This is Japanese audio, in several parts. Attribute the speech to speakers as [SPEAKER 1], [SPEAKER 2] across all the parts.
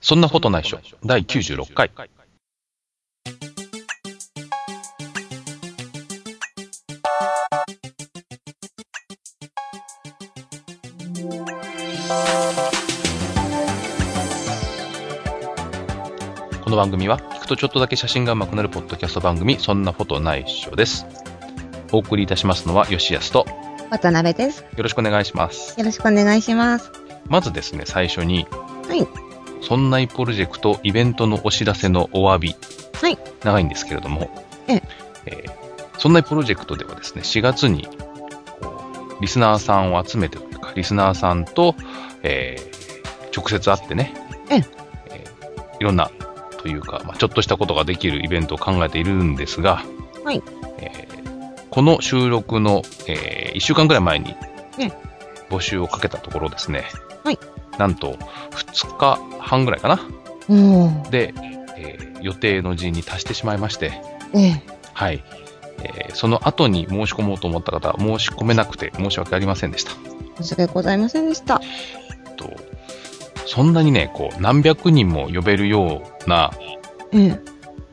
[SPEAKER 1] そんなことないっしょ。第96回。この番組は、聞くとちょっとだけ写真が上手くなるポッドキャスト番組、そんなことないっしょです。お送りいたしますのは、吉安と、
[SPEAKER 2] 渡辺です。
[SPEAKER 1] よろしくお願いします。
[SPEAKER 2] よろしくお願いします。
[SPEAKER 1] まずですね、最初に、
[SPEAKER 2] はい。
[SPEAKER 1] そんないプロジェクトイベントのお知らせのお詫び。
[SPEAKER 2] はい
[SPEAKER 1] 長いんですけれども。
[SPEAKER 2] ええ
[SPEAKER 1] えーそんないプロジェクトではですね、4月に、こうリスナーさんを集めてというか、リスナーさんと、えー直接会ってね、
[SPEAKER 2] ええ
[SPEAKER 1] えーいろんな、というか、まあ、ちょっとしたことができるイベントを考えているんですが、
[SPEAKER 2] はい
[SPEAKER 1] えーこの収録の、え1週間くらい前に
[SPEAKER 2] ええ、
[SPEAKER 1] 募集をかけたところですね、
[SPEAKER 2] はい
[SPEAKER 1] なんと2日半ぐらいかな、
[SPEAKER 2] おー。
[SPEAKER 1] で、えー予定の陣に達してしまいまして、
[SPEAKER 2] ええ。
[SPEAKER 1] はい。えーその後に申し込もうと思った方は申し込めなくて申し訳ありませんでした。
[SPEAKER 2] 申し訳ございませんでした。
[SPEAKER 1] えっと、そんなにね、こう、何百人も呼べるような、
[SPEAKER 2] え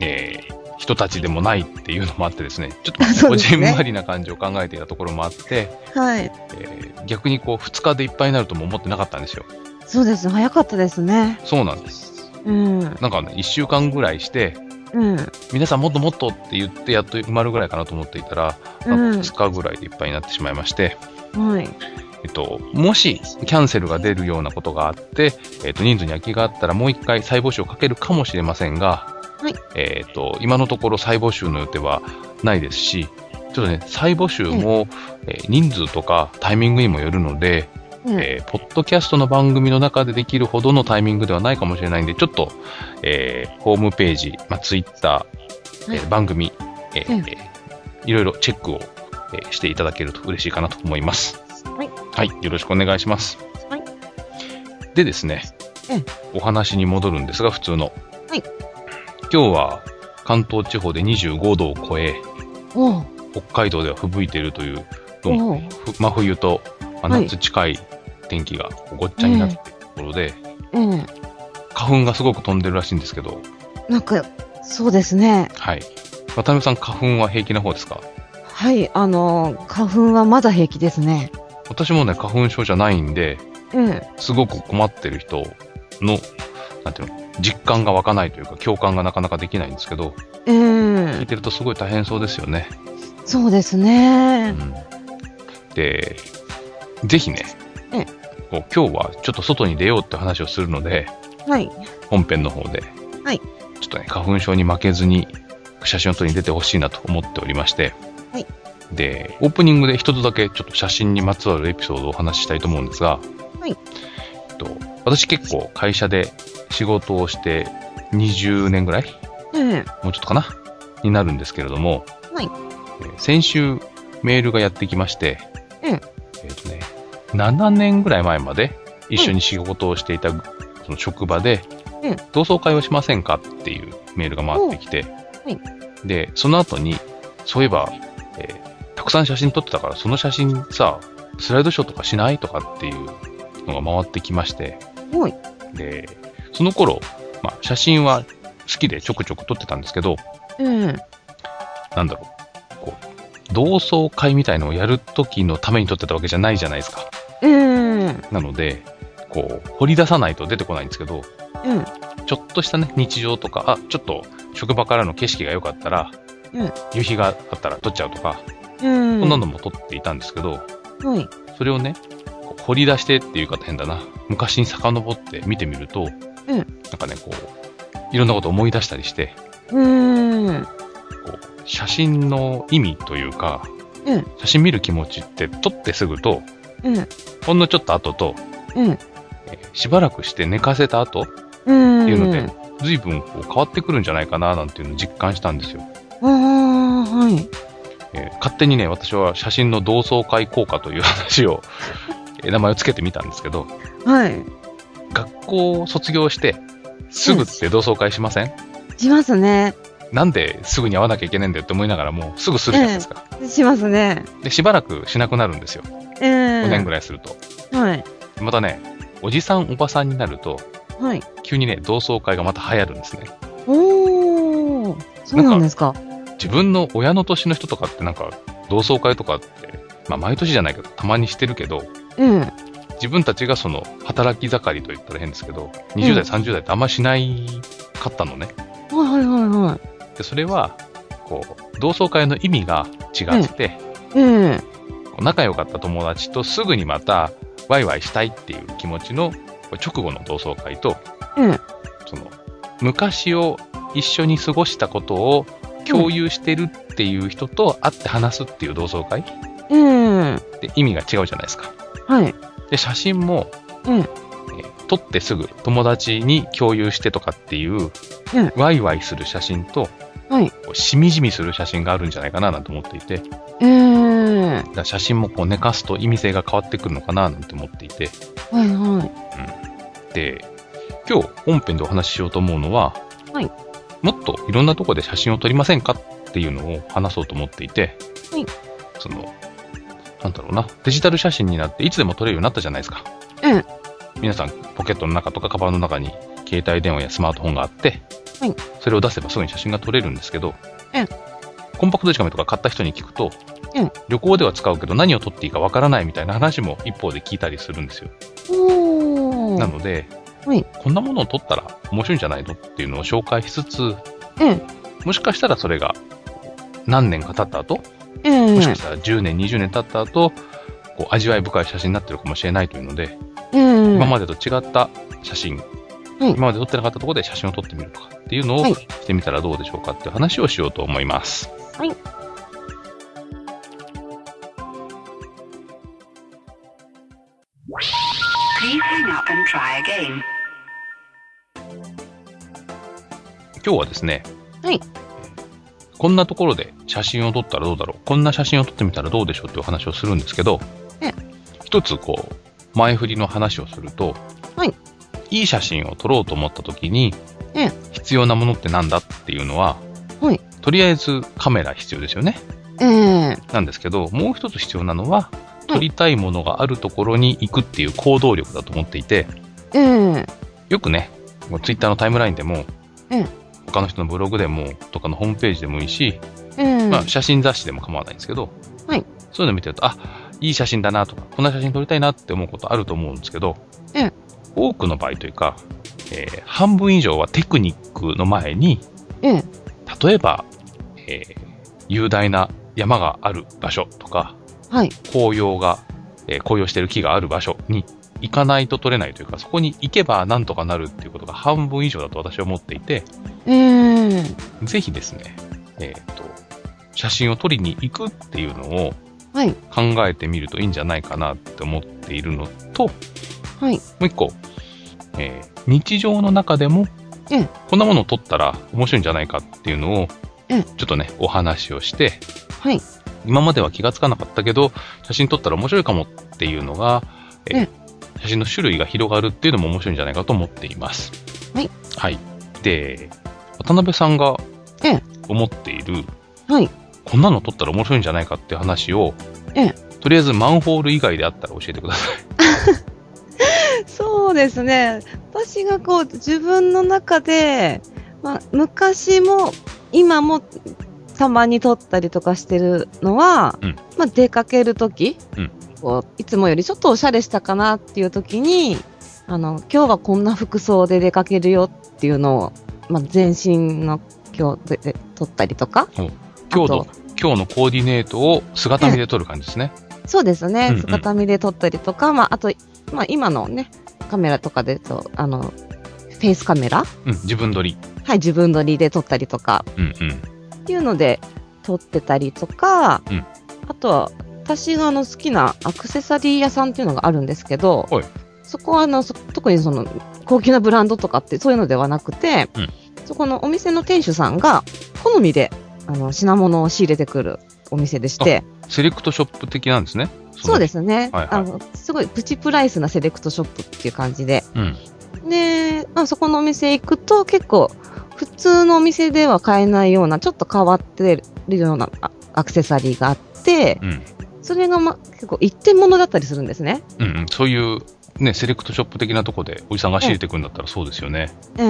[SPEAKER 2] え。
[SPEAKER 1] えー人たちでもないっていうのもあってですね、ちょっと
[SPEAKER 2] そう
[SPEAKER 1] こ
[SPEAKER 2] で
[SPEAKER 1] じ
[SPEAKER 2] す
[SPEAKER 1] んま
[SPEAKER 2] ね。
[SPEAKER 1] りな感じを考えていたところもあって、
[SPEAKER 2] はい。
[SPEAKER 1] えー逆にこう、2日でいっぱいになるとも思ってなかったんですよ。
[SPEAKER 2] そうです。早かったですね。
[SPEAKER 1] そうなんです。
[SPEAKER 2] うん。うん。
[SPEAKER 1] なんかね、1週間ぐらいして、皆さんもっともっとって言ってやっと埋まるぐらいかなと思っていたら、
[SPEAKER 2] うん。
[SPEAKER 1] 2日ぐらいでいっぱいになってしまいまして、
[SPEAKER 2] はい。
[SPEAKER 1] えっと、もしキャンセルが出るようなことがあって、えっと、人数に空きがあったらもう一回再募集をかけるかもしれませんが、
[SPEAKER 2] はい
[SPEAKER 1] えっと、今のところ再募集の予定はないですし、ちょっとね、再募集も、えー人数とかタイミングにもよるので、
[SPEAKER 2] うん。
[SPEAKER 1] えーポッドキャストの番組の中でできるほどのタイミングではないかもしれないんで、ちょっと、えーホームページ、まあ、ツイッター、えー
[SPEAKER 2] はい
[SPEAKER 1] 番組、えー
[SPEAKER 2] うん
[SPEAKER 1] えーいろいろチェックを、えーしていただけると嬉しいかなと思います。
[SPEAKER 2] はい。
[SPEAKER 1] はい、よろしくお願いします。
[SPEAKER 2] はい。
[SPEAKER 1] でですね、
[SPEAKER 2] うん
[SPEAKER 1] お話に戻るんですが、普通の。
[SPEAKER 2] はい。
[SPEAKER 1] 今日は関東地方で25度を超え、
[SPEAKER 2] おー。
[SPEAKER 1] 北海道では吹雪いているという、どうも
[SPEAKER 2] おー。
[SPEAKER 1] ふ真冬とまあ
[SPEAKER 2] はい
[SPEAKER 1] 夏近い天気がごっちゃになっているところで、
[SPEAKER 2] え
[SPEAKER 1] 花粉がすごく飛んでるらしいんですけど、
[SPEAKER 2] え。なんか、そうですね。
[SPEAKER 1] はい。渡辺さん、花粉は平気な方ですか
[SPEAKER 2] はい。あのー、花粉はまだ平気ですね。
[SPEAKER 1] 私もね、花粉症じゃないんで、
[SPEAKER 2] うん。
[SPEAKER 1] すごく困ってる人の、なんていうの、実感が湧かないというか、共感がなかなかできないんですけど、
[SPEAKER 2] う
[SPEAKER 1] 聞い
[SPEAKER 2] ん。
[SPEAKER 1] てるとすごい大変そうですよね。
[SPEAKER 2] そうです
[SPEAKER 1] う
[SPEAKER 2] ね。
[SPEAKER 1] ん。で、ぜひね
[SPEAKER 2] うん、
[SPEAKER 1] こう今日はちょっと外に出ようって話をするので、
[SPEAKER 2] はい。
[SPEAKER 1] 本編の方で、
[SPEAKER 2] はい
[SPEAKER 1] ちょっとね、花粉症に負けずに写真を撮りに出てほしいなと思っておりまして、
[SPEAKER 2] はい
[SPEAKER 1] で、オープニングで一つだけちょっと写真にまつわるエピソードをお話ししたいと思うんですが、
[SPEAKER 2] はい
[SPEAKER 1] えっと、私結構会社で仕事をして20年ぐらい
[SPEAKER 2] うん。
[SPEAKER 1] もうちょっとかなになるんですけれども、
[SPEAKER 2] はい
[SPEAKER 1] えー先週メールがやってきまして、
[SPEAKER 2] うん
[SPEAKER 1] えっ、とね、7年ぐらい前まで一緒に仕事をしていたその職場で、
[SPEAKER 2] うん
[SPEAKER 1] 同窓会をしませんかっていうメールが回ってきて、
[SPEAKER 2] おはい
[SPEAKER 1] で、その後に、そういえば、えーたくさん写真撮ってたから、その写真さ、スライドショーとかしないとかっていうのが回ってきまして、
[SPEAKER 2] はい。
[SPEAKER 1] で、その頃、まあ、写真は好きでちょくちょく撮ってたんですけど、
[SPEAKER 2] うん。
[SPEAKER 1] なんだろう、こう、同窓会みたいのをやるときのために撮ってたわけじゃないじゃないですか。
[SPEAKER 2] うん。うん。
[SPEAKER 1] なので、こう、掘り出さないと出てこないんですけど、
[SPEAKER 2] うん。
[SPEAKER 1] ちょっとしたね、日常とか、あ、ちょっと職場からの景色が良かったら、
[SPEAKER 2] うん
[SPEAKER 1] 夕日があったら撮っちゃうとか、
[SPEAKER 2] うん。
[SPEAKER 1] そんなのも撮っていたんですけど、
[SPEAKER 2] はい。
[SPEAKER 1] それをね、こう掘り出してっていう言い方変だな。昔に遡って見てみると、
[SPEAKER 2] うん
[SPEAKER 1] なんかね、こう、いろんなこと思い出したりして、
[SPEAKER 2] うん。
[SPEAKER 1] こう写真の意味というか、
[SPEAKER 2] うん
[SPEAKER 1] 写真見る気持ちって撮ってすぐと
[SPEAKER 2] うん。
[SPEAKER 1] ほんのちょっと後と、
[SPEAKER 2] う
[SPEAKER 1] え
[SPEAKER 2] ん。
[SPEAKER 1] ーしばらくして寝かせた後
[SPEAKER 2] うん。
[SPEAKER 1] っていうので、随分こう変わってくるんじゃないかななんていうのを実感したんですよ、
[SPEAKER 2] ああ、はい。
[SPEAKER 1] えー勝手にね私は写真の同窓会効果という話を えー名前をつけてみたんですけど
[SPEAKER 2] はい。
[SPEAKER 1] 学校を卒業してすぐって同窓会しません、
[SPEAKER 2] しますね。
[SPEAKER 1] なんですぐに会わなきゃいけないんだよって思いながらもうすぐするじゃないですか、
[SPEAKER 2] しますね。
[SPEAKER 1] でしばらくしなくなるんですよ
[SPEAKER 2] ええ
[SPEAKER 1] 5年ぐ
[SPEAKER 2] ら
[SPEAKER 1] らいすると、
[SPEAKER 2] い。はい。
[SPEAKER 1] またね、おじさん、おばさんになると、
[SPEAKER 2] はい。
[SPEAKER 1] 急にね、同窓会がまた流行るんですね。
[SPEAKER 2] おー、そうなんですか。
[SPEAKER 1] 自分の親の年の人とかってなんか、同窓会とかって、まあ毎年じゃないけど、たまにしてるけど、
[SPEAKER 2] ええ。
[SPEAKER 1] 自分たちがその、働き盛りと言ったら変ですけど、
[SPEAKER 2] う
[SPEAKER 1] 20
[SPEAKER 2] ん
[SPEAKER 1] 代、30代ってあんましないかったのね。
[SPEAKER 2] はいはいはいはい。
[SPEAKER 1] で、それは、こう、同窓会の意味が違って、
[SPEAKER 2] ええ。
[SPEAKER 1] こう仲良かった友達とすぐにまた、ワイワイしたいっていう気持ちの直後の同窓会と、
[SPEAKER 2] ええ。
[SPEAKER 1] その、昔を一緒に過ごしたことを共有してるっていう人と会って話すっていう同窓会
[SPEAKER 2] ええ。
[SPEAKER 1] って意味が違うじゃないですか。
[SPEAKER 2] はい。
[SPEAKER 1] で、写真も、
[SPEAKER 2] うん
[SPEAKER 1] えー撮ってすぐ友達に共有してとかっていう、
[SPEAKER 2] うん
[SPEAKER 1] ワイワイする写真と、
[SPEAKER 2] はい
[SPEAKER 1] こうしみじみする写真があるんじゃないかななんて思っていて、だか
[SPEAKER 2] ええ。
[SPEAKER 1] ら写真もこう寝かすと意味性が変わってくるのかななんて思っていて、
[SPEAKER 2] はいはい。
[SPEAKER 1] で、今日本編でお話ししようと思うのは、
[SPEAKER 2] はい
[SPEAKER 1] もっといろんなとこで写真を撮りませんかっていうのを話そうと思っていて、
[SPEAKER 2] はい
[SPEAKER 1] その、なんだろうな、デジタル写真になっていつでも撮れるようになったじゃないですか。
[SPEAKER 2] うん
[SPEAKER 1] 皆さん、ポケットの中とかカバンの中に携帯電話やスマートフォンがあって、
[SPEAKER 2] はい
[SPEAKER 1] それを出せばすぐに写真が撮れるんですけど、
[SPEAKER 2] うん
[SPEAKER 1] コンパクトデジカメとか買った人に聞くと、
[SPEAKER 2] うん
[SPEAKER 1] 旅行では使うけど何を撮っていいかわからないみたいな話も一方で聞いたりするんですよ。
[SPEAKER 2] おー。
[SPEAKER 1] なので、
[SPEAKER 2] はい
[SPEAKER 1] こんなものを撮ったら面白いんじゃないのっていうのを紹介しつつ、
[SPEAKER 2] ええ。
[SPEAKER 1] もしかしたらそれが何年か経った後、
[SPEAKER 2] ええ。
[SPEAKER 1] もしかしたら10年、20年経った後、こう味わい深い写真になってるかもしれないというので、
[SPEAKER 2] ええ。
[SPEAKER 1] 今までと違った写真、
[SPEAKER 2] い
[SPEAKER 1] 今まで撮ってなかったところで写真を撮ってみるとかっていうのを
[SPEAKER 2] はい
[SPEAKER 1] してみたらどうでしょうかっていう話をしようと思います。
[SPEAKER 2] はい
[SPEAKER 1] 今日はですね、
[SPEAKER 2] はい
[SPEAKER 1] こんなところで写真を撮ったらどうだろう、こんな写真を撮ってみたらどうでしょうっていうお話をするんですけど、
[SPEAKER 2] ええ
[SPEAKER 1] 一つこう、前振りの話をすると、
[SPEAKER 2] はい
[SPEAKER 1] いい写真を撮ろうと思った時に、
[SPEAKER 2] ええ
[SPEAKER 1] 必要なものってなんだっていうのは、
[SPEAKER 2] はい
[SPEAKER 1] とりあえずカメラ必要ですよね。
[SPEAKER 2] ええ。
[SPEAKER 1] なんですけど、もう一つ必要なのは、
[SPEAKER 2] い
[SPEAKER 1] 撮りたいものがあるところに行くっていう行動力だと思っていて、
[SPEAKER 2] ええ。
[SPEAKER 1] よくね、ツイッターのタイムラインでも、
[SPEAKER 2] うん
[SPEAKER 1] 他の人のブログでも、とかのホームページでもいいし、
[SPEAKER 2] ええ。
[SPEAKER 1] まあ、写真雑誌でも構わないんですけど、
[SPEAKER 2] はい
[SPEAKER 1] そういうの見てると、あいい写真だなとか、こんな写真撮りたいなって思うことあると思うんですけど、
[SPEAKER 2] うん
[SPEAKER 1] 多くの場合というか、えー半分以上はテクニックの前に、
[SPEAKER 2] ええ。
[SPEAKER 1] 例えば、えー雄大な山がある場所とか、
[SPEAKER 2] はい。
[SPEAKER 1] 紅葉が、えー紅葉してる木がある場所に行かないと取れないというか、そこに行けばなんとかなるっていうことが半分以上だと私は思っていて、
[SPEAKER 2] ええ。
[SPEAKER 1] ぜひですね、えっ、と、写真を撮りに行くっていうのを
[SPEAKER 2] はい。
[SPEAKER 1] 考えてみるといいんじゃないかなって思っているのと、も
[SPEAKER 2] はい。
[SPEAKER 1] う一個、えー日常の中でも
[SPEAKER 2] ええ、
[SPEAKER 1] こんなものを撮ったら面白いんじゃないかっていうのを、
[SPEAKER 2] ええ
[SPEAKER 1] ちょっとね、お話をして、
[SPEAKER 2] はい。
[SPEAKER 1] 今までは気がつかなかったけど、写真撮ったら面白いかもっていうのが、えー
[SPEAKER 2] え
[SPEAKER 1] 写真の種類が広がるっていうのも面白いんじゃないかと思っています。
[SPEAKER 2] はい。
[SPEAKER 1] はい。で、渡辺さんが
[SPEAKER 2] ええ
[SPEAKER 1] 思っている、
[SPEAKER 2] はい。
[SPEAKER 1] こんなの撮ったら面白いんじゃないかっていう話を、
[SPEAKER 2] ええ
[SPEAKER 1] とりあえずマンホール以外であったら教えてください。
[SPEAKER 2] そうですね。私がこう、自分の中で、まあ、昔も、今も、たまに撮ったりとかしてるのは、
[SPEAKER 1] うん
[SPEAKER 2] まあ、出かけるとき、
[SPEAKER 1] うん
[SPEAKER 2] こういつもよりちょっとおしゃれしたかなっていうときに、あの、今日はこんな服装で出かけるよっていうのを、まあ、全身の今日でで撮ったりとか。
[SPEAKER 1] 今日
[SPEAKER 2] あ
[SPEAKER 1] の
[SPEAKER 2] と、
[SPEAKER 1] 今日のコーディネートを姿見で撮る感じですね。
[SPEAKER 2] そうです
[SPEAKER 1] うん
[SPEAKER 2] ね
[SPEAKER 1] うん。
[SPEAKER 2] 姿見で撮ったりとか、まあ、あと、まあ、今のね、カメラとかでと、あの、フェイスカメラ
[SPEAKER 1] うん、自分撮り。
[SPEAKER 2] はい、自分撮りで撮ったりとか
[SPEAKER 1] うんうん。
[SPEAKER 2] っていうので撮ってたりとか、
[SPEAKER 1] うん
[SPEAKER 2] あとは私があの好きなアクセサリー屋さんっていうのがあるんですけど、
[SPEAKER 1] はい
[SPEAKER 2] そこはあのそ特にその高級なブランドとかってそういうのではなくて、
[SPEAKER 1] うん
[SPEAKER 2] そこのお店の店主さんが好みであの品物を仕入れてくるお店でして、
[SPEAKER 1] セレクトショップ的なんですね。。
[SPEAKER 2] そうですすね、
[SPEAKER 1] はいはい
[SPEAKER 2] あのすごいプチプライスなセレクトショップっていう感じで、
[SPEAKER 1] うん。
[SPEAKER 2] で、まあ、そこのお店行くと結構普通のお店では買えないようなちょっと変わってるようなあアクセサリーがあって
[SPEAKER 1] うん。
[SPEAKER 2] それが、ま、結構一点物だったりするんですね。
[SPEAKER 1] うんうん、そういうね、セレクトショップ的なとこでおじさんが仕入れてくるんだったらそうですよね。
[SPEAKER 2] え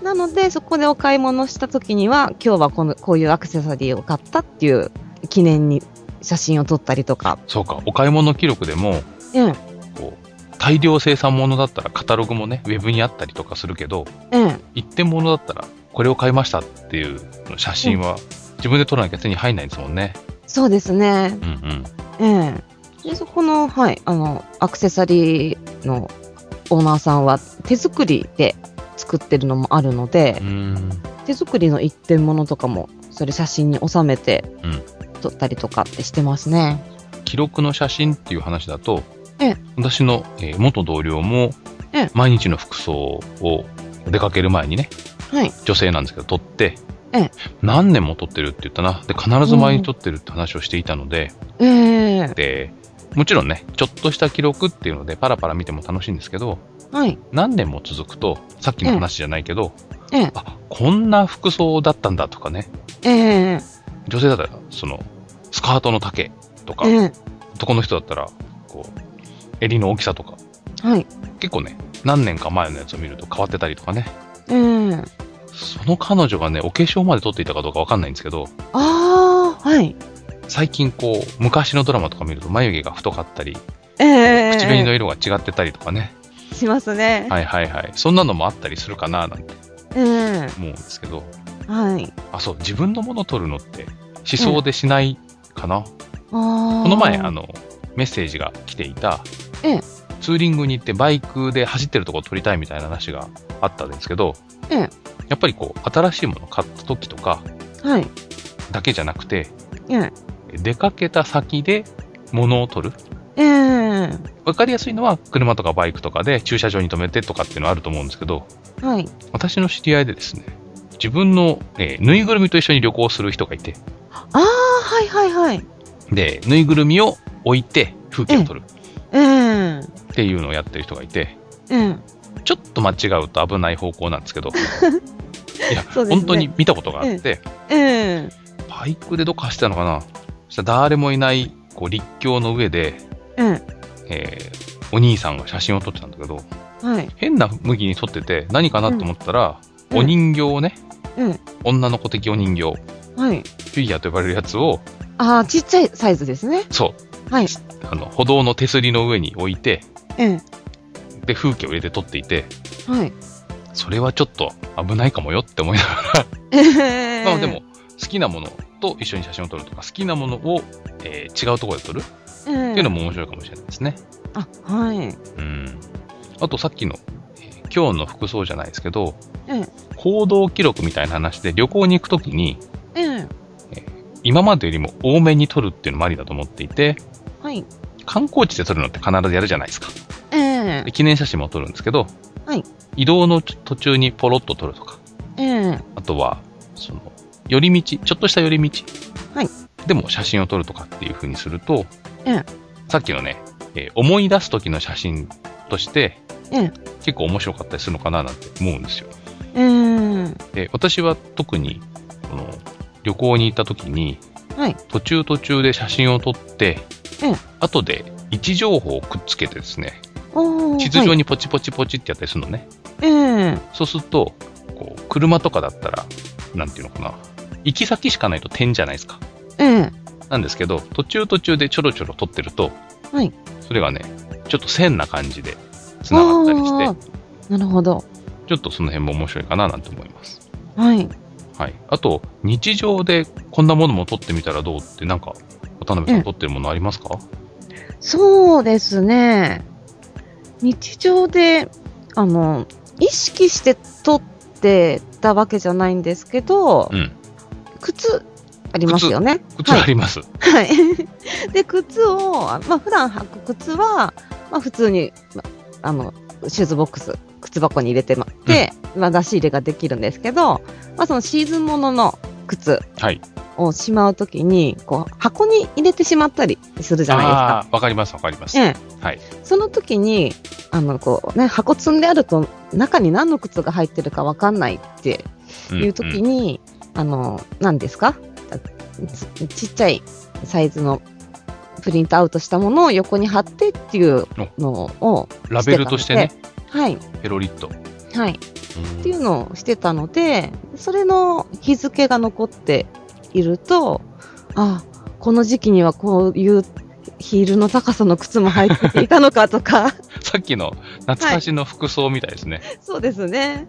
[SPEAKER 2] え、なので、そこでお買い物した時には、今日はこのこういうアクセサリーを買ったっていう記念に写真を撮ったりとか、
[SPEAKER 1] そうか、お買い物記録でも、
[SPEAKER 2] ええ
[SPEAKER 1] こう、大量生産ものだったらカタログもね、ウェブにあったりとかするけど、
[SPEAKER 2] ええ、
[SPEAKER 1] 一点ものだったら、これを買いましたっていう写真は、自分で撮らなきゃ手に入んないですもんね。
[SPEAKER 2] そうですね、
[SPEAKER 1] うんうん。
[SPEAKER 2] ええでそこの,、はい、あのアクセサリーのオーナーさんは手作りで作ってるのもあるので、
[SPEAKER 1] うーん。
[SPEAKER 2] 手作りの一点物とかもそれ写真に収めて
[SPEAKER 1] うん
[SPEAKER 2] 撮ったりとかってしてますね。
[SPEAKER 1] 記録の写真っていう話だと、
[SPEAKER 2] ええ
[SPEAKER 1] 私の、えー元同僚も
[SPEAKER 2] ええ、
[SPEAKER 1] 毎日の服装を出かける前にね、
[SPEAKER 2] はい、
[SPEAKER 1] 女性なんですけど、撮って、
[SPEAKER 2] ええ
[SPEAKER 1] 何年も撮ってるって言ったな。で、必ず毎日撮ってるって話をしていたので、
[SPEAKER 2] ええ
[SPEAKER 1] で、もちろんね、ちょっとした記録っていうので、パラパラ見ても楽しいんですけど、
[SPEAKER 2] はい、
[SPEAKER 1] 何年も続くと、さっきの話じゃないけど、
[SPEAKER 2] ええ
[SPEAKER 1] あ、こんな服装だったんだとかね、
[SPEAKER 2] ええ
[SPEAKER 1] 女性だったら、その、スカートの丈とか、
[SPEAKER 2] ええ
[SPEAKER 1] 男の人だったら、こう、襟の大きさとか、
[SPEAKER 2] はい、
[SPEAKER 1] 結構ね、何年か前のやつを見ると変わってたりとかね、
[SPEAKER 2] ええ
[SPEAKER 1] その彼女がね、お化粧まで撮っていたかどうかわかんないんですけど、
[SPEAKER 2] ああ、はい。
[SPEAKER 1] 最近こう、昔のドラマとか見ると眉毛が太かったり、
[SPEAKER 2] ええ
[SPEAKER 1] 口紅の色が違ってたりとかね、
[SPEAKER 2] しますね。
[SPEAKER 1] はいはいはい、そんなのもあったりするかななんて
[SPEAKER 2] ええ
[SPEAKER 1] 思うんですけど、
[SPEAKER 2] はい。
[SPEAKER 1] あ、そう、自分のもの撮るのって思想でしないかな。
[SPEAKER 2] こ
[SPEAKER 1] この前、あ、の、メッセージが来ていた、
[SPEAKER 2] ええ
[SPEAKER 1] ツーリングに行ってバイクで走ってるとこ撮りたいみたいな話があったんですけど、
[SPEAKER 2] ええ
[SPEAKER 1] やっぱりこう、新しいもの買った時とか
[SPEAKER 2] はい。
[SPEAKER 1] だけじゃなくて、
[SPEAKER 2] ええ
[SPEAKER 1] 出かけた先で物を撮る。
[SPEAKER 2] え
[SPEAKER 1] わかりやすいのは車とかバイクとかで駐車場に止めてとかっていうのはあると思うんですけど、
[SPEAKER 2] えはい。
[SPEAKER 1] 私の知り合いでですね、自分の、えーぬいぐるみと一緒に旅行する人がいて、
[SPEAKER 2] ああ、はいはいはい。
[SPEAKER 1] で、ぬいぐるみを置いて風景を撮る
[SPEAKER 2] ええ
[SPEAKER 1] っていうのをやってる人がいて、
[SPEAKER 2] ええ
[SPEAKER 1] ちょっと間違うと危ない方向なんですけ ど、いや、
[SPEAKER 2] そうですね
[SPEAKER 1] 本当に見たことがあって、
[SPEAKER 2] ええ
[SPEAKER 1] バイクでどっか走ってたのかなそしたら誰もいない、こう、立教の上で、
[SPEAKER 2] ええ
[SPEAKER 1] えーお兄さんが写真を撮ってたんだけど、
[SPEAKER 2] はい。
[SPEAKER 1] 変な向きに撮ってて、何かなと思ったら、
[SPEAKER 2] うん
[SPEAKER 1] お人形をね、
[SPEAKER 2] うん
[SPEAKER 1] 女の子的お人形、フ
[SPEAKER 2] はい。
[SPEAKER 1] ィギュアと呼ばれるやつを、
[SPEAKER 2] ああ、ちっちゃいサイズですね。
[SPEAKER 1] そう、
[SPEAKER 2] はい。
[SPEAKER 1] あの、歩道の手すりの上に置いて、
[SPEAKER 2] ええ
[SPEAKER 1] で、風景を入れて撮っていて、
[SPEAKER 2] はい。
[SPEAKER 1] それはちょっと危ないかもよって思いなが
[SPEAKER 2] ええ
[SPEAKER 1] ら、まあでも、、好きなものと一緒に写真を撮るとか、好きなものを、えー違うところで撮るっ
[SPEAKER 2] ええ
[SPEAKER 1] ていうのも面白いかもしれないですね。
[SPEAKER 2] あ、はい。
[SPEAKER 1] うん。あとさっきの、えー今日の服装じゃないですけど、
[SPEAKER 2] うん
[SPEAKER 1] 行動記録みたいな話で旅行に行くときに、
[SPEAKER 2] ええ
[SPEAKER 1] 今までよりも多めに撮るっていうのもありだと思っていて、
[SPEAKER 2] はい。
[SPEAKER 1] 観光地で撮るのって必ずやるじゃないですか。
[SPEAKER 2] ええ
[SPEAKER 1] で記念写真も撮るんですけど、
[SPEAKER 2] はい
[SPEAKER 1] 移動の途中にポロッと撮るとか、
[SPEAKER 2] ええ
[SPEAKER 1] あとは、その、寄り道、ちょっとした寄り道。
[SPEAKER 2] はい
[SPEAKER 1] でも写真を撮るとかっていう風にすると、
[SPEAKER 2] うん
[SPEAKER 1] さっきのね、えー思い出す時の写真として、
[SPEAKER 2] うん
[SPEAKER 1] 結構面白かったりするのかななんて思うんですよ。
[SPEAKER 2] ええ
[SPEAKER 1] で私は特に、この、旅行に行った時に、
[SPEAKER 2] はい
[SPEAKER 1] 途中途中で写真を撮って、
[SPEAKER 2] うん
[SPEAKER 1] 後で位置情報をくっつけてですね、
[SPEAKER 2] おー
[SPEAKER 1] 地図上
[SPEAKER 2] はい
[SPEAKER 1] にポチポチポチってやったりするのね。
[SPEAKER 2] ええ
[SPEAKER 1] そうすると、こう、車とかだったら、なんていうのかな。行き先しかないと点じゃないですか。
[SPEAKER 2] ええ
[SPEAKER 1] なんですけど、途中途中でちょろちょろ撮ってると、
[SPEAKER 2] はい
[SPEAKER 1] それがね、ちょっと線な感じで繋がったりして、
[SPEAKER 2] て。なるほど。
[SPEAKER 1] ちょっとその辺も面白いかななんて思います。
[SPEAKER 2] はい。
[SPEAKER 1] はい。あと、日常でこんなものも撮ってみたらどうって、なんか、渡辺さ
[SPEAKER 2] うんん
[SPEAKER 1] 撮ってるものありますか、
[SPEAKER 2] そうですね。日常で、あの、意識して撮ってたわけじゃないんですけど、
[SPEAKER 1] うん、
[SPEAKER 2] 靴ありますよね。
[SPEAKER 1] 靴あります。
[SPEAKER 2] はい。 で、靴を、あまあ、普段履く靴は、まあ、普通に、まあの、シューズボックス、靴箱に入れてまって、まあ、出し入れができるんですけど、まあ、そのシーズンものの靴
[SPEAKER 1] はい。
[SPEAKER 2] をしまうときに、こう、箱に入れてしまったりするじゃないですか。
[SPEAKER 1] あーわかります、わかります。
[SPEAKER 2] ええ。
[SPEAKER 1] はい
[SPEAKER 2] その時に、あの、こうね、箱積んであると、中に何の靴が入ってるかわかんないって
[SPEAKER 1] うん
[SPEAKER 2] いう時、に、あの、何ですかちちっちゃいサイズのプリントアウトしたものを横に貼ってっていうのを
[SPEAKER 1] ラベルとしてね、
[SPEAKER 2] はい、
[SPEAKER 1] ペロリッと。
[SPEAKER 2] はい、っていううのをしてたので、それの日付が残っていると、あ、この時期にはこういうヒールの高さの靴も履いていたのかとか、
[SPEAKER 1] さっきの懐かしの服装みたいですね。
[SPEAKER 2] そうですね。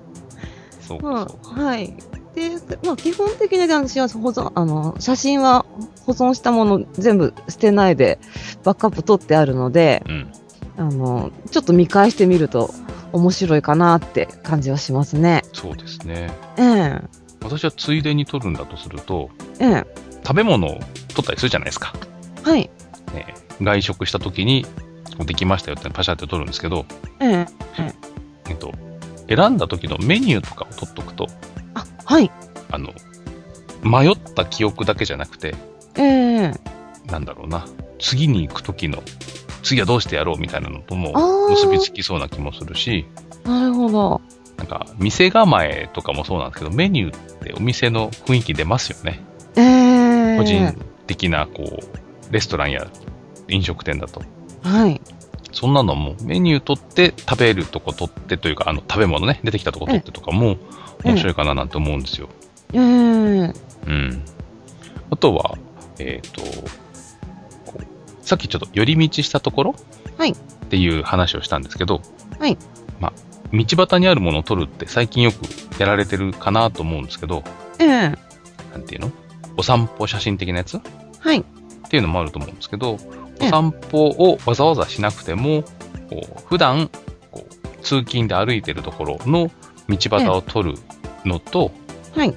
[SPEAKER 1] そう
[SPEAKER 2] うん
[SPEAKER 1] か、そうか。
[SPEAKER 2] はい。で、まあ、基本的に私は保存、あの、写真は保存したもの全部捨てないでバックアップ取ってあるので、
[SPEAKER 1] うん。
[SPEAKER 2] あの、ちょっと見返してみると面白いかなって感じはしますね。
[SPEAKER 1] そうですね。
[SPEAKER 2] ええ、
[SPEAKER 1] 私はついでに取るんだとすると、
[SPEAKER 2] ええ、
[SPEAKER 1] 食べ物を取ったりするじゃないですか。
[SPEAKER 2] はい、
[SPEAKER 1] ね、外食した時に、こうできましたよってパシャって取るんですけど、
[SPEAKER 2] ええ、
[SPEAKER 1] えっと、選んだ時のメニューとかを取っとくと、
[SPEAKER 2] あ、はい、
[SPEAKER 1] あの、迷った記憶だけじゃなくて、
[SPEAKER 2] ええ、
[SPEAKER 1] なんだろうな、次に行く時の、次はどうしてやろうみたいなのとも
[SPEAKER 2] あー
[SPEAKER 1] 結びつきそうな気もするし、
[SPEAKER 2] なるほど。
[SPEAKER 1] なんか、店構えとかもそうなんですけど、メニューってお店の雰囲気出ますよね。
[SPEAKER 2] ええ、
[SPEAKER 1] 個人的な、こう、レストランや飲食店だと。
[SPEAKER 2] はい、
[SPEAKER 1] そんなのも、メニュー取って、食べるとこ取ってというか、あの、食べ物ね、出てきたとこ取ってとかも、
[SPEAKER 2] ええ
[SPEAKER 1] 面白いかななんて思うんですよ。
[SPEAKER 2] ええ、
[SPEAKER 1] うん。あとは、えっ、と、こうさっきちょっと寄り道したところ
[SPEAKER 2] はい
[SPEAKER 1] っていう話をしたんですけど、
[SPEAKER 2] はい。
[SPEAKER 1] まあ、道端にあるものを取るって最近よくやられてるかなと思うんですけど、
[SPEAKER 2] ええ、
[SPEAKER 1] なんていうのお散歩写真的なやつっ
[SPEAKER 2] はい、
[SPEAKER 1] ていうのもあると思うんですけど、お
[SPEAKER 2] ええ
[SPEAKER 1] 散歩をわざわざしなくても、こう普段こう通勤で歩いてるところの道端を取るのと、
[SPEAKER 2] はい、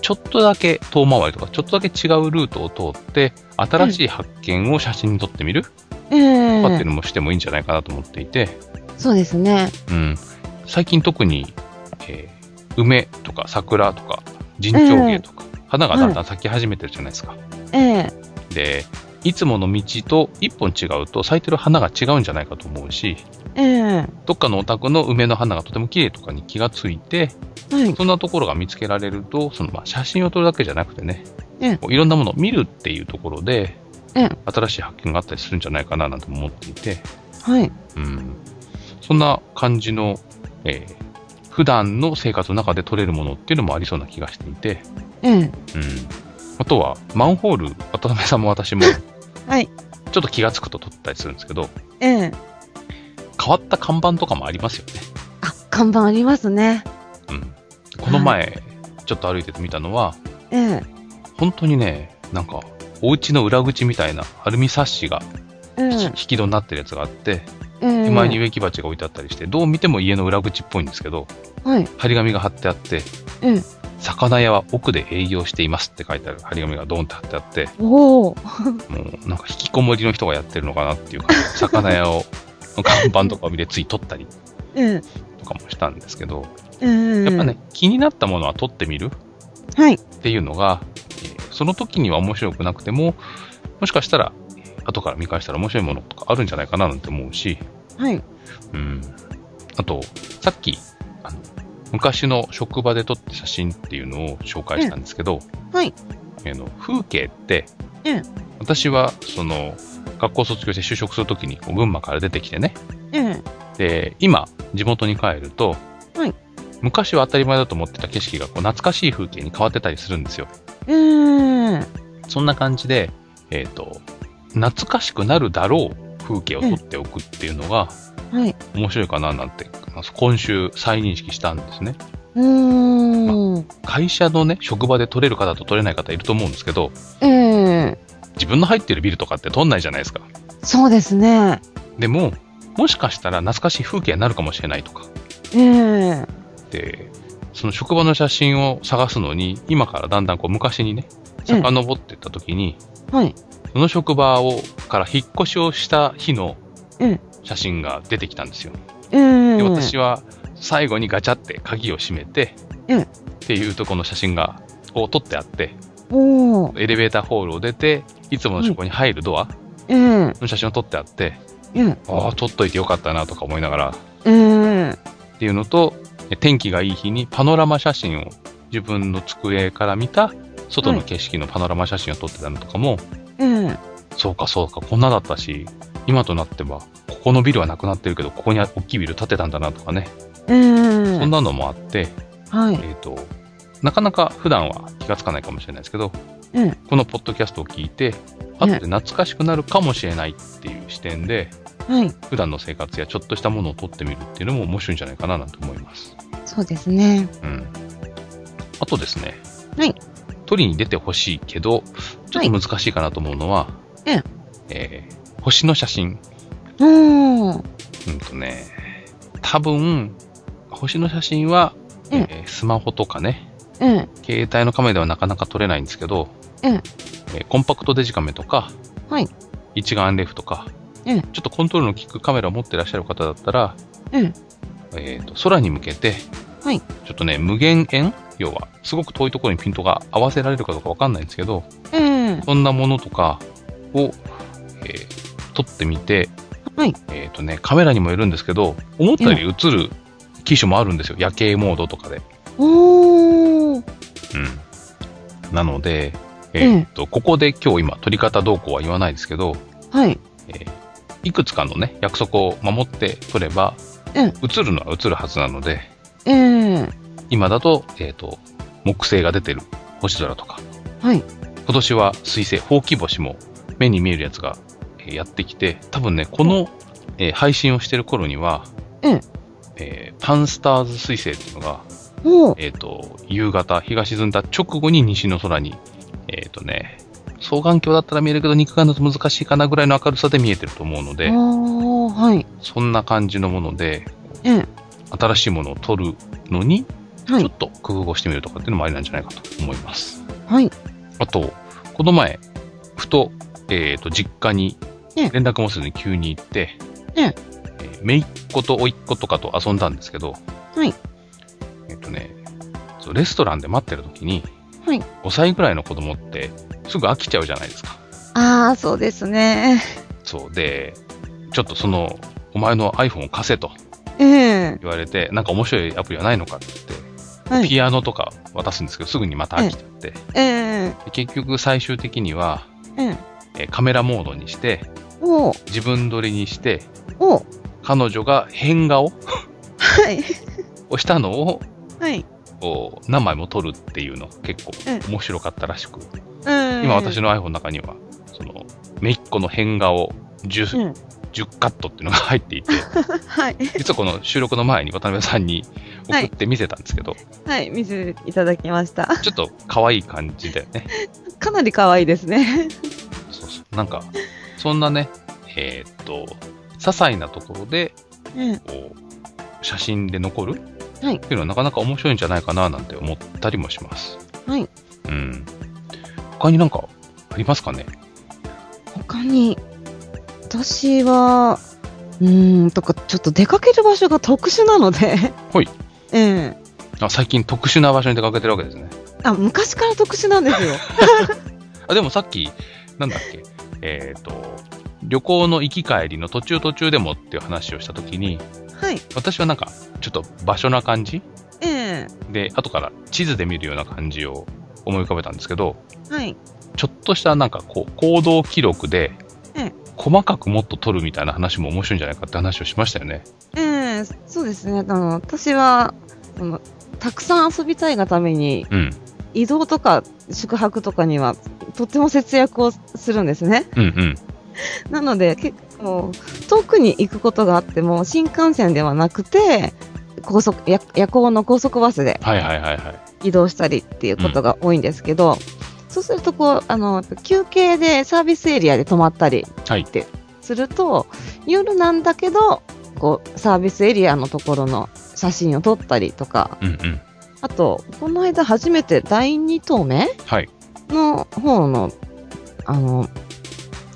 [SPEAKER 1] ちょっとだけ遠回りとか、ちょっとだけ違うルートを通って、新しい発見を写真に撮ってみる
[SPEAKER 2] え
[SPEAKER 1] とかってい
[SPEAKER 2] え
[SPEAKER 1] う、のもしてもいいんじゃないかなと思っていて、
[SPEAKER 2] そうですね。
[SPEAKER 1] うん、最近特に、えー梅とか桜とか人長芸とか、花がだんだん咲き始めてるじゃないですか。
[SPEAKER 2] ええ、
[SPEAKER 1] で、いつもの道と一本違うと咲いてる花が違うんじゃないかと思うし、
[SPEAKER 2] ええ、
[SPEAKER 1] どっかのお宅の梅の花がとても綺麗とかに気がついて、
[SPEAKER 2] はい、
[SPEAKER 1] そんなところが見つけられると、そのまあ写真を撮るだけじゃなくてね、
[SPEAKER 2] ええ
[SPEAKER 1] こういろんなものを見るっていうところで、
[SPEAKER 2] ええ
[SPEAKER 1] 新しい発見があったりするんじゃないかななんて思っていて、
[SPEAKER 2] はい、
[SPEAKER 1] うん、そんな感じの、えー普段の生活の中で撮れるものっていうのもありそうな気がしていて、
[SPEAKER 2] え
[SPEAKER 1] う
[SPEAKER 2] え、
[SPEAKER 1] ん、あとはマンホール、渡辺さんも私も、
[SPEAKER 2] はい、
[SPEAKER 1] ちょっと気がつくと撮ったりするんですけど、
[SPEAKER 2] ええ、
[SPEAKER 1] 変わった看板とかもありますよね。
[SPEAKER 2] あ、看板ありますね。
[SPEAKER 1] うん、この前、ちょっと歩いてて見たのは、
[SPEAKER 2] ええ、
[SPEAKER 1] 本当にね、なんか、お家の裏口みたいなアルミサッシが
[SPEAKER 2] ええ
[SPEAKER 1] ひ引き戸になってるやつがあって、
[SPEAKER 2] ええ、
[SPEAKER 1] 手前に植木鉢が置いてあったりして、どう見ても家の裏口っぽいんですけど、
[SPEAKER 2] はい、
[SPEAKER 1] 張り紙が貼ってあって、
[SPEAKER 2] ええ、
[SPEAKER 1] 魚屋は奥で営業していますって書いてある張り紙がドンって貼ってあって、
[SPEAKER 2] お
[SPEAKER 1] も
[SPEAKER 2] お、
[SPEAKER 1] うなんか引きこもりの人がやってるのかなっていう感じで、魚屋を、の看板とかを見てつい撮ったり
[SPEAKER 2] ええ、
[SPEAKER 1] とかもしたんですけど、
[SPEAKER 2] ええ、
[SPEAKER 1] やっぱね、気になったものは撮ってみる
[SPEAKER 2] はい、
[SPEAKER 1] っていうのが、えーその時には面白くなくても、もしかしたら、後から見返したら面白いものとかあるんじゃないかななんて思うし、
[SPEAKER 2] はい、
[SPEAKER 1] うん。あと、さっき、あの、昔の職場で撮った写真っていうのを紹介したんですけど、
[SPEAKER 2] うんはい。
[SPEAKER 1] あの、風景って、
[SPEAKER 2] うん
[SPEAKER 1] 私は、その、学校卒業して就職するときに、こう群馬から出てきてね、
[SPEAKER 2] ええ、
[SPEAKER 1] で、今、地元に帰ると、
[SPEAKER 2] はい
[SPEAKER 1] 昔は当たり前だと思ってた景色が、こう、懐かしい風景に変わってたりするんですよ。
[SPEAKER 2] ええ、
[SPEAKER 1] そんな感じで、えっ、と、懐かしくなるだろう風景を撮っておくっていうのが
[SPEAKER 2] はい、
[SPEAKER 1] 面白いかななんて、今週再認識したんですね。
[SPEAKER 2] うーん、
[SPEAKER 1] 会社のね、職場で撮れる方と撮れない方いると思うんですけど、
[SPEAKER 2] ええ、
[SPEAKER 1] 自分の入ってるビルとかって撮んないじゃないですか。
[SPEAKER 2] そうですね。
[SPEAKER 1] でも、もしかしたら懐かしい風景になるかもしれないとか。
[SPEAKER 2] ええ、
[SPEAKER 1] で、その職場の写真を探すのに、今からだんだんこう昔にね、
[SPEAKER 2] うん
[SPEAKER 1] 遡っていった時に、
[SPEAKER 2] はい、
[SPEAKER 1] その職場をから引っ越しをした日の
[SPEAKER 2] うん
[SPEAKER 1] 写真が出てきたんですよ。
[SPEAKER 2] ええ、
[SPEAKER 1] で私は最後にガチャって鍵を閉めて、
[SPEAKER 2] うん
[SPEAKER 1] っていうとこの写真がを撮ってあって
[SPEAKER 2] おお、
[SPEAKER 1] エレベーターホールを出ていつもの職場に入るドア
[SPEAKER 2] ええ、
[SPEAKER 1] の写真を撮ってあって、
[SPEAKER 2] ええ、
[SPEAKER 1] ああ撮っといてよかったなとか思いながら
[SPEAKER 2] ええ、
[SPEAKER 1] っていうのと天気がいい日にパノラマ写真を自分の机から見た外の景色のパノラマ写真を撮ってたのとかも、
[SPEAKER 2] ええ、
[SPEAKER 1] そうかそうか、こんなだったし、今となっては、ここのビルはなくなってるけど、ここに大きいビル建てたんだなとかね、
[SPEAKER 2] ええ
[SPEAKER 1] そんなのもあって、
[SPEAKER 2] は
[SPEAKER 1] え
[SPEAKER 2] い。
[SPEAKER 1] っ、と、なかなか普段は気がつかないかもしれないですけど、
[SPEAKER 2] ええ
[SPEAKER 1] このポッドキャストを聞いて、後で懐かしくなるかもしれないっていう視点で、
[SPEAKER 2] はい。
[SPEAKER 1] 普段の生活やちょっとしたものを取ってみるっていうのも面白いんじゃないかななんて思います。
[SPEAKER 2] そうですね。
[SPEAKER 1] うん。あとですね。
[SPEAKER 2] はい。
[SPEAKER 1] 取りに出てほしいけど、ちょっと難しいかなと思うのは、
[SPEAKER 2] ええ
[SPEAKER 1] えー星の写真。
[SPEAKER 2] うん。は
[SPEAKER 1] うんとね、多分、星の写真は、
[SPEAKER 2] ええ
[SPEAKER 1] えースマホとかね、
[SPEAKER 2] い。え
[SPEAKER 1] 携帯のカメラではなかなか撮れないんですけど、
[SPEAKER 2] ええ
[SPEAKER 1] えーコンパクトデジカメとか、
[SPEAKER 2] はい
[SPEAKER 1] 一眼レフとか、
[SPEAKER 2] ええ
[SPEAKER 1] ちょっとコントロールの効くカメラを持ってらっしゃる方だったら、
[SPEAKER 2] ええ
[SPEAKER 1] えーと空に向けて、
[SPEAKER 2] はい
[SPEAKER 1] ちょっとね、無限遠要は、すごく遠いところにピントが合わせられるかどうかわかんないんですけど、
[SPEAKER 2] ええ
[SPEAKER 1] そんなものとかを、えー撮ってみて、
[SPEAKER 2] はい
[SPEAKER 1] えっ、とね、カメラにもよるんですけど、思ったより映る機種もあるんですよ。夜景モードとかで。
[SPEAKER 2] おー。
[SPEAKER 1] うん。なので、えっ、と、ここで今日今、撮り方どうこうは言わないですけど、
[SPEAKER 2] はい。
[SPEAKER 1] えーいくつかのね、約束を守って撮れば、
[SPEAKER 2] うん
[SPEAKER 1] 映るのは映るはずなので、
[SPEAKER 2] ええ
[SPEAKER 1] 今だと、えっ、と、木星が出てる星空とか、
[SPEAKER 2] はい。
[SPEAKER 1] 今年は水星、ほうき星も目に見えるやつがえーやってきて、多分ね、この、えー配信をしてる頃には、
[SPEAKER 2] うん
[SPEAKER 1] えーパンスターズ水星っていうのが、
[SPEAKER 2] おー。
[SPEAKER 1] えっ、と、夕方、日が沈んだ直後に西の空に、えっ、とね、双眼鏡だったら見えるけど、肉眼だと難しいかなぐらいの明るさで見えてると思うの
[SPEAKER 2] あ
[SPEAKER 1] で、
[SPEAKER 2] ー。はい。
[SPEAKER 1] そんな感じのもので、
[SPEAKER 2] ええ
[SPEAKER 1] 新しいものを撮るのに、
[SPEAKER 2] は
[SPEAKER 1] ちょ
[SPEAKER 2] い。
[SPEAKER 1] っと工夫をしてみるとかっていうのもありなんじゃないかと思います。
[SPEAKER 2] はい。
[SPEAKER 1] あと、この前、ふと、えっ、と、実家に
[SPEAKER 2] ええ
[SPEAKER 1] 連絡もせずに急に行って、
[SPEAKER 2] ええ
[SPEAKER 1] えー姪っ子と甥っ子とかと遊んだんですけど、
[SPEAKER 2] はい
[SPEAKER 1] えっ、とね、そうレストランで待ってる時に、
[SPEAKER 2] はい
[SPEAKER 1] 5歳ぐらいの子供ってすぐ飽きちゃうじゃないですか。
[SPEAKER 2] あー、そうですね。
[SPEAKER 1] そうで、ちょっとその、お前の iPhone を貸せと
[SPEAKER 2] ええ
[SPEAKER 1] 言われて、なんか面白いアプリはないのかって言って、
[SPEAKER 2] はい。
[SPEAKER 1] ピアノとか渡すんですけど、すぐにまた飽きちゃって、
[SPEAKER 2] ええ
[SPEAKER 1] で結局最終的には、
[SPEAKER 2] ええ
[SPEAKER 1] えーカメラモードにして、
[SPEAKER 2] おー。
[SPEAKER 1] 自分撮りにして、
[SPEAKER 2] おー。
[SPEAKER 1] 彼女が変顔
[SPEAKER 2] はい。
[SPEAKER 1] をしたのを
[SPEAKER 2] はい。
[SPEAKER 1] こう何枚も撮るっていうの結構
[SPEAKER 2] うん
[SPEAKER 1] 面白かったらしく、
[SPEAKER 2] うん。
[SPEAKER 1] 今私の iPhone の中には、その、めいっ子の変顔 10,、
[SPEAKER 2] うん。
[SPEAKER 1] 10カットっていうのが入ってい て、
[SPEAKER 2] はい。
[SPEAKER 1] 実はこの収録の前に渡辺さんに送って見せたんですけど、
[SPEAKER 2] はい。見せていただきました。
[SPEAKER 1] ちょっと可愛い感じだよね。
[SPEAKER 2] かなり可愛いですね。
[SPEAKER 1] そうそう。なんか、そんなね、えーっと、些細なところで、
[SPEAKER 2] うん。
[SPEAKER 1] こう、写真で残る、
[SPEAKER 2] はい
[SPEAKER 1] っていうのはなかなか面白いんじゃないかななんて思ったりもします。
[SPEAKER 2] はい。
[SPEAKER 1] うん。他になんかありますかね
[SPEAKER 2] 他に、私は、うーん、とか、ちょっと出かける場所が特殊なので。
[SPEAKER 1] はい。
[SPEAKER 2] ええ
[SPEAKER 1] あ最近特殊な場所に出かけてるわけですね。
[SPEAKER 2] あ、昔から特殊なんですよ。
[SPEAKER 1] あ、でもさっき、なんだっけ、 えっ、と、旅行の行き帰りの途中途中でもっていう話をしたときに、
[SPEAKER 2] はい。
[SPEAKER 1] 私はなんか、ちょっと場所な感じ
[SPEAKER 2] ええ
[SPEAKER 1] で、後から地図で見るような感じを思い浮かべたんですけど、
[SPEAKER 2] はい。
[SPEAKER 1] ちょっとしたなんかこう、行動記録で
[SPEAKER 2] うん、
[SPEAKER 1] 細かくもっと取るみたいな話も面白いんじゃないかって話をしましたよね。
[SPEAKER 2] ええそうですね。あの、私は、その、たくさん遊びたいがために、
[SPEAKER 1] うん。
[SPEAKER 2] 移動とか宿泊とかには、とっても節約をするんですね。
[SPEAKER 1] うんうん。
[SPEAKER 2] なので、結構、遠くに行くことがあっても、新幹線ではなくて、高速、夜夜行の高速バスで
[SPEAKER 1] はいはいはいはい。
[SPEAKER 2] 移動したりっていうことが多いんですけど、そうすると、こう、あの、休憩でサービスエリアで泊まったり
[SPEAKER 1] はい
[SPEAKER 2] ってすると、夜なんだけど、こう、サービスエリアのところの写真を撮ったりとか、
[SPEAKER 1] うんうん。
[SPEAKER 2] あと、この間初めて第2棟目
[SPEAKER 1] はい。
[SPEAKER 2] の方の、あの、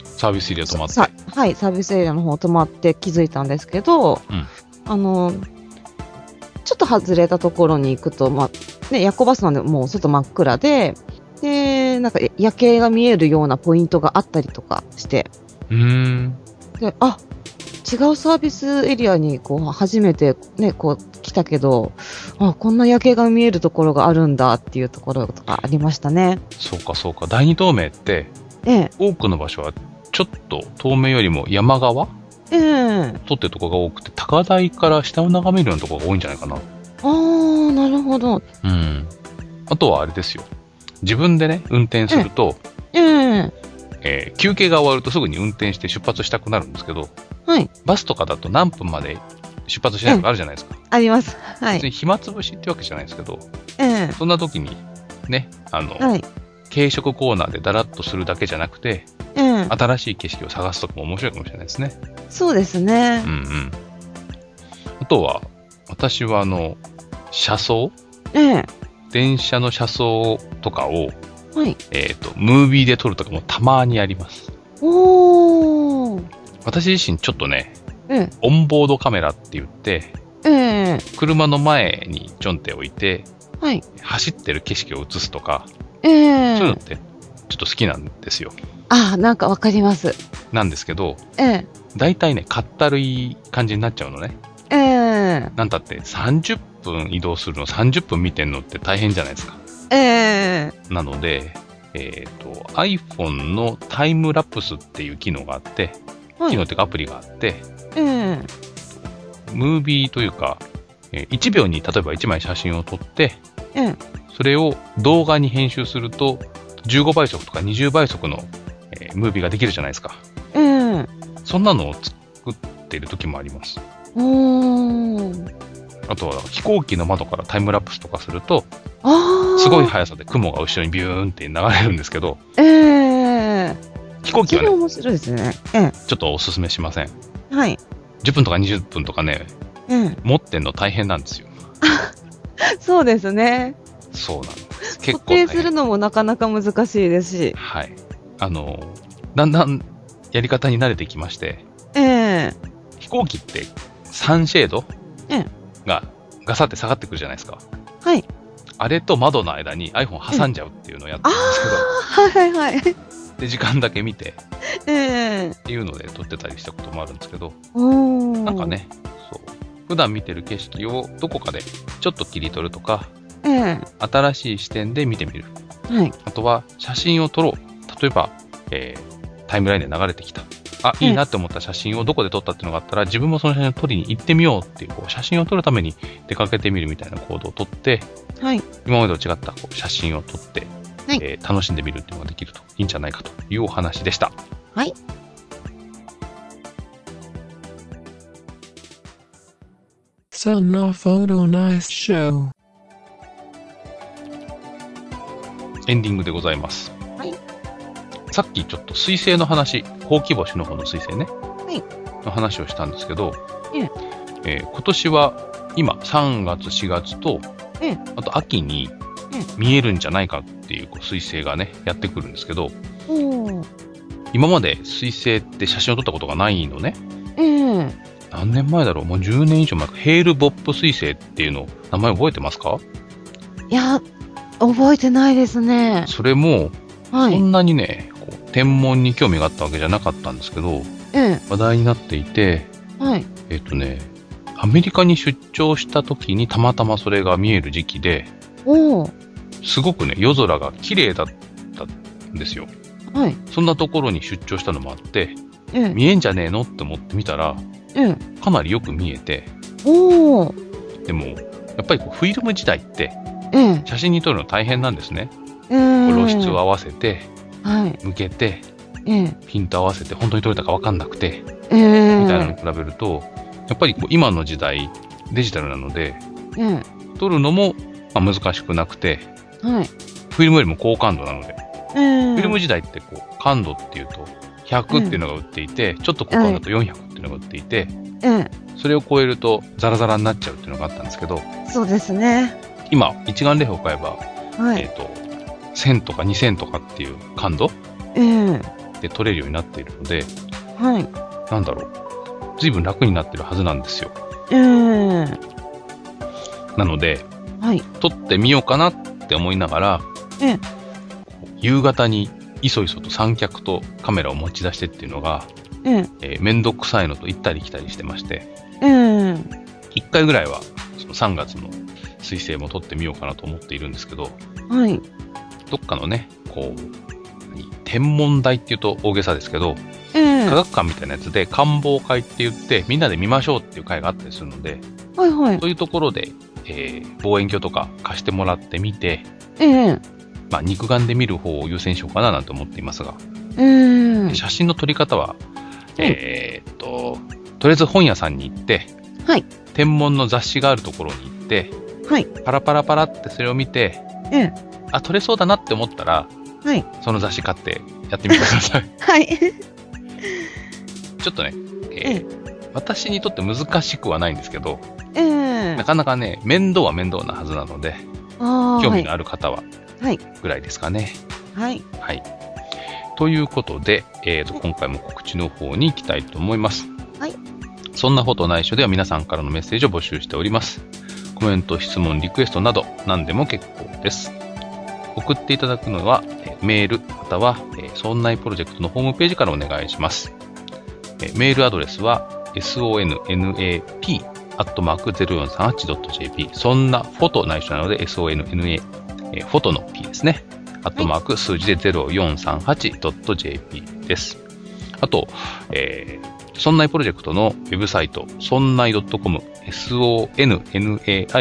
[SPEAKER 1] サービスエリア止まって。
[SPEAKER 2] さはい、サービスエリアの方止まって気づいたんですけど、
[SPEAKER 1] うん
[SPEAKER 2] あの、ちょっと外れたところに行くと、まあ、ね、夜行バスなんでもう外真っ暗で、で、なんかや夜景が見えるようなポイントがあったりとかして、
[SPEAKER 1] うーん。
[SPEAKER 2] で、あ、違うサービスエリアにこう初めてね、こう来たけど、あ、こんな夜景が見えるところがあるんだっていうところとかありましたね。
[SPEAKER 1] そうかそうか。第二透明って、
[SPEAKER 2] ええ、
[SPEAKER 1] 多くの場所はちょっと遠目よりも山側
[SPEAKER 2] ええ
[SPEAKER 1] 撮ってるとこが多くて、高台から下を眺めるようなとこが多いんじゃないかな。
[SPEAKER 2] ああ、なるほど。
[SPEAKER 1] うん。あとはあれですよ。自分でね、運転すると、
[SPEAKER 2] ええ
[SPEAKER 1] えー休憩が終わるとすぐに運転して出発したくなるんですけど、
[SPEAKER 2] はい。
[SPEAKER 1] バスとかだと何分まで出発しないとかあるじゃないですか。
[SPEAKER 2] あります。は
[SPEAKER 1] 別
[SPEAKER 2] い。
[SPEAKER 1] に暇つぶしってわけじゃないですけど、
[SPEAKER 2] ええ
[SPEAKER 1] そんな時に、ね、あの、
[SPEAKER 2] はい。
[SPEAKER 1] 軽食コーナーでだらっとするだけじゃなくて、
[SPEAKER 2] ええ
[SPEAKER 1] 新しい景色を探すとかも面白いかもしれないですね。
[SPEAKER 2] そうですね
[SPEAKER 1] うん。うん。あとは、私はあの、車窓
[SPEAKER 2] ええ
[SPEAKER 1] 電車の車窓とかを、
[SPEAKER 2] はい。
[SPEAKER 1] えっ、と、ムービーで撮るとかもたまにあります。
[SPEAKER 2] おー。
[SPEAKER 1] 私自身ちょっとね、
[SPEAKER 2] ええ
[SPEAKER 1] オンボードカメラって言って、
[SPEAKER 2] ええ
[SPEAKER 1] 車の前にちょんって置いて、
[SPEAKER 2] はい。
[SPEAKER 1] 走ってる景色を映すとか、
[SPEAKER 2] ええ
[SPEAKER 1] そういうのってちょっと好きなんですよ。
[SPEAKER 2] ああ、なんかわかります。
[SPEAKER 1] なんですけど、
[SPEAKER 2] ええ
[SPEAKER 1] 大体ね、かったるい感じになっちゃうのね。
[SPEAKER 2] ええ
[SPEAKER 1] なんたって30分移動するの、30分見てんのって大変じゃないですか。
[SPEAKER 2] ええ
[SPEAKER 1] なので、えっ、と、iPhone のタイムラプスっていう機能があって、
[SPEAKER 2] は
[SPEAKER 1] 機能
[SPEAKER 2] い。
[SPEAKER 1] っていうかアプリがあって、
[SPEAKER 2] ええ
[SPEAKER 1] ムービーというか、えー1秒に例えば1枚写真を撮って、
[SPEAKER 2] ええ
[SPEAKER 1] それを動画に編集すると、15倍速とか20倍速の、えームービーができるじゃないですか。
[SPEAKER 2] ええ
[SPEAKER 1] そんなのを作っている時もあります。
[SPEAKER 2] おー。
[SPEAKER 1] あとは飛行機の窓からタイムラプスとかすると、
[SPEAKER 2] ああ。
[SPEAKER 1] すごい。速さで雲が後ろにビューンって流れるんですけど、
[SPEAKER 2] ええ
[SPEAKER 1] 飛行機
[SPEAKER 2] そ
[SPEAKER 1] は
[SPEAKER 2] れ
[SPEAKER 1] ね、
[SPEAKER 2] 面白いですね。え
[SPEAKER 1] ちょっとおすすめしません。
[SPEAKER 2] えはい。
[SPEAKER 1] 10分とか20分とかね、
[SPEAKER 2] ええ
[SPEAKER 1] 持ってんの大変なんですよ。
[SPEAKER 2] そうですね。
[SPEAKER 1] そうなん です。結
[SPEAKER 2] 固
[SPEAKER 1] 構大
[SPEAKER 2] 定
[SPEAKER 1] 変。
[SPEAKER 2] するのもなかなか難しいですし。
[SPEAKER 1] はい。あの、だんだんやり方に慣れてきまして、
[SPEAKER 2] ええ
[SPEAKER 1] 飛行機ってサンシェード
[SPEAKER 2] ええ
[SPEAKER 1] がガサって下がってくるじゃないですか。
[SPEAKER 2] はい。
[SPEAKER 1] あれと窓の間に iPhone 挟んじゃうっていうのをやってるんですけど、
[SPEAKER 2] はいはいはい。
[SPEAKER 1] で、時間だけ見て
[SPEAKER 2] ええ
[SPEAKER 1] っていうので撮ってたりしたこともあるんですけど、
[SPEAKER 2] おー。
[SPEAKER 1] なんか。ね、そう。普段見てる景色をどこかでちょっと切り取るとか、
[SPEAKER 2] ええ
[SPEAKER 1] 新しい視点で見てみる。
[SPEAKER 2] はい。
[SPEAKER 1] あとは写真を撮ろう。例えば、えータイムラインで流れてきた。あ、
[SPEAKER 2] うん
[SPEAKER 1] いいなって思った写真をどこで撮ったっていうのがあったら、自分もその写真を撮りに行ってみようっていう、こう写真を撮るために出かけてみるみたいな行動をとって、
[SPEAKER 2] はい。
[SPEAKER 1] 今までと違ったこう写真を撮って、
[SPEAKER 2] はい
[SPEAKER 1] えー楽しんでみるっていうのができるといいんじゃないかというお話でした。
[SPEAKER 2] はい。
[SPEAKER 3] Sana Photo Nice Show.
[SPEAKER 1] エンディングでございます。
[SPEAKER 2] はい
[SPEAKER 1] さっきちょっと水星の話、ほうき星の方の水星ね。
[SPEAKER 2] い
[SPEAKER 1] の話をしたんですけど、
[SPEAKER 2] え
[SPEAKER 1] えー今年は今3月4月と、
[SPEAKER 2] ええ
[SPEAKER 1] あと秋に
[SPEAKER 2] ええ
[SPEAKER 1] 見えるんじゃないかっていうこう水星がね、やってくるんですけど、
[SPEAKER 2] おー。
[SPEAKER 1] 今まで水星って写真を撮ったことがないのね。
[SPEAKER 2] ええ
[SPEAKER 1] 何年前だろうもう10年以上前か。ヘールボップ水星っていうの、名前覚えてますか
[SPEAKER 2] いや、覚えてないですね。
[SPEAKER 1] それも、そ
[SPEAKER 2] はい。
[SPEAKER 1] んなにね、こう天文に興味があったわけじゃなかったんですけど、
[SPEAKER 2] え
[SPEAKER 1] 話題になっていて、
[SPEAKER 2] えはい。
[SPEAKER 1] えっ、とね、アメリカに出張した時にたまたまそれが見える時期で、
[SPEAKER 2] おー。
[SPEAKER 1] すごくね、夜空が綺麗だったんですよ。
[SPEAKER 2] はい。
[SPEAKER 1] そんなところに出張したのもあって、
[SPEAKER 2] ええ
[SPEAKER 1] 見えんじゃねえのって思ってみたら、
[SPEAKER 2] ええ
[SPEAKER 1] かなりよく見えて、
[SPEAKER 2] おー。
[SPEAKER 1] でも、やっぱりこうフィルム時代って
[SPEAKER 2] ええ
[SPEAKER 1] 写真に撮るの大変なんですね。
[SPEAKER 2] ええ
[SPEAKER 1] こう露出を合わせて、
[SPEAKER 2] はい。
[SPEAKER 1] 向けて、
[SPEAKER 2] ええ
[SPEAKER 1] ピント合わせて、本当に撮れたかわかんなくて、
[SPEAKER 2] ええ
[SPEAKER 1] みたいなのに比べると、やっぱりこう今の時代、デジタルなので、
[SPEAKER 2] ええ
[SPEAKER 1] 撮るのもまあ難しくなくて、
[SPEAKER 2] はい。
[SPEAKER 1] フィルムよりも高感度なので、
[SPEAKER 2] ええ
[SPEAKER 1] フィルム時代ってこう感度っていうと100っていうのが売っていて、ちょっと高感度だと400っていうのが売っていて、
[SPEAKER 2] ええ
[SPEAKER 1] それを超えるとザラザラになっちゃうっていうのがあったんですけど、
[SPEAKER 2] そうですね。
[SPEAKER 1] 今、一眼レフを買えば、
[SPEAKER 2] は
[SPEAKER 1] え
[SPEAKER 2] い。
[SPEAKER 1] っ、と、1000とか2000とかっていう感度
[SPEAKER 2] ええ
[SPEAKER 1] で撮れるようになっているので、
[SPEAKER 2] はい。
[SPEAKER 1] なんだろう、随分楽になってるはずなんですよ。
[SPEAKER 2] ええ
[SPEAKER 1] なので、
[SPEAKER 2] はい。
[SPEAKER 1] 撮ってみようかなって思いながら、
[SPEAKER 2] ええ
[SPEAKER 1] 夕方にいそいそと三脚とカメラを持ち出してっていうのが、
[SPEAKER 2] ええ
[SPEAKER 1] えー、めんどくさいのと行ったり来たりしてまして、
[SPEAKER 2] ええ
[SPEAKER 1] 1回ぐらいはその3月の彗星も撮ってみようかなと思っているんですけど、
[SPEAKER 2] はい。
[SPEAKER 1] どっかのね、こう、何天文台っていうと大げさですけど、
[SPEAKER 2] ええ
[SPEAKER 1] 科学館みたいなやつで、官房会って言って、みんなで見ましょうっていう会があったりするので、
[SPEAKER 2] はいはい。
[SPEAKER 1] そういうところで、えー望遠鏡とか貸してもらってみて、
[SPEAKER 2] ええ
[SPEAKER 1] まあ、肉眼で見る方を優先しようかななんて思っていますが、
[SPEAKER 2] ええ
[SPEAKER 1] 写真の撮り方は、えーっと、とりあえず本屋さんに行って、
[SPEAKER 2] はい
[SPEAKER 1] 天文の雑誌があるところに行って、
[SPEAKER 2] はい
[SPEAKER 1] パラパラパラってそれを見て、
[SPEAKER 2] ええ
[SPEAKER 1] あ、撮れそうだなって思ったら、
[SPEAKER 2] はい
[SPEAKER 1] その雑誌買ってやってみてください。
[SPEAKER 2] はい。
[SPEAKER 1] ちょっとね、えー私にとって難しくはないんですけど、
[SPEAKER 2] ええ
[SPEAKER 1] なかなかね、面倒は面倒なはずなので、
[SPEAKER 2] ああ、
[SPEAKER 1] 興
[SPEAKER 2] は
[SPEAKER 1] 味
[SPEAKER 2] い
[SPEAKER 1] の。ある方は
[SPEAKER 2] はい、
[SPEAKER 1] ぐらいですかね。
[SPEAKER 2] はい。
[SPEAKER 1] はい。ということで、えーと今回も告知の方に行きたいと思います。
[SPEAKER 2] はい。
[SPEAKER 1] そんなことないっしょでは皆さんからのメッセージを募集しております。コメント、質問、リクエストなど何でも結構です。送っていただくのは、えーメールまたは、えー、そんないプロジェクトのホームページからお願いします。えーメールアドレスは、sonnap アットマーク 0438.jp そんなフォトないしょなので sonna、えーフォトの p ですね。アットマーク数字で 0438.jp です。あと、えー、そんないプロジェクトのウェブサイト、そんない .com、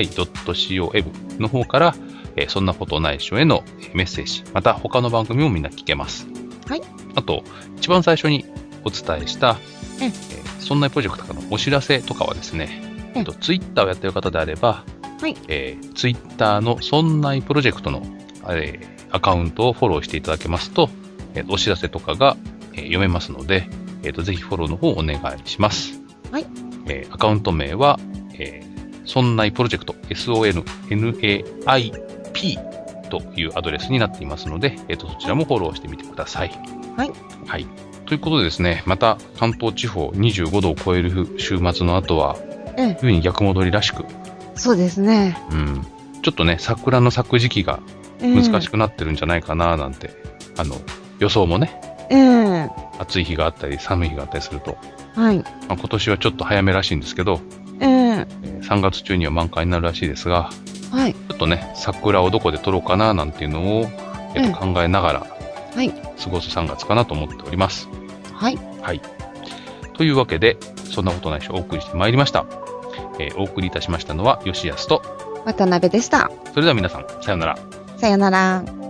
[SPEAKER 1] sonnai.com の方から、えーそんなことないっしょへのメッセージ、また他の番組もみんな聞けます。
[SPEAKER 2] はい。
[SPEAKER 1] あと、一番最初にお伝えした、
[SPEAKER 2] うん
[SPEAKER 1] えーそんないプロジェクトからのお知らせとかはですね、
[SPEAKER 2] うん
[SPEAKER 1] えっと、ツイッターをやってる方であれば、
[SPEAKER 2] はい
[SPEAKER 1] えー、ツイッターのそんないプロジェクトのえーアカウントをフォローしていただけますと、えーお知らせとかが、えー読めますので、えーと、ぜひフォローの方をお願いします。
[SPEAKER 2] はい。
[SPEAKER 1] えーアカウント名は、えー、そんないプロジェクト、sonnaip というアドレスになっていますので、えーと、そちらもフォローしてみてください。
[SPEAKER 2] はい。
[SPEAKER 1] はい。ということでですね、また関東地方25度を超える週末の後は、
[SPEAKER 2] ええ
[SPEAKER 1] 冬に逆戻りらしく、
[SPEAKER 2] そうですね。
[SPEAKER 1] うん、ちょっとね、桜の咲く時期が難し
[SPEAKER 2] く。
[SPEAKER 1] くなってるんじゃないかななんて、あの予想もね
[SPEAKER 2] ええ
[SPEAKER 1] 暑い日があったり寒い日があったりすると、
[SPEAKER 2] はい。
[SPEAKER 1] まあ、今年はちょっと早めらしいんですけど
[SPEAKER 2] ええ
[SPEAKER 1] えー3月中には満開になるらしいですが
[SPEAKER 2] はい。
[SPEAKER 1] ちょっとね桜をどこで撮ろうかななんていうのを、えっと考えながら、
[SPEAKER 2] はい
[SPEAKER 1] 過ごす3月かなと思っております
[SPEAKER 2] はい。
[SPEAKER 1] というわけでそんなことないしお送りしてまいりました、えーお送りいたしましたのは吉安と
[SPEAKER 2] 渡辺でした。
[SPEAKER 1] それでは皆さんさようなら
[SPEAKER 2] さよなら。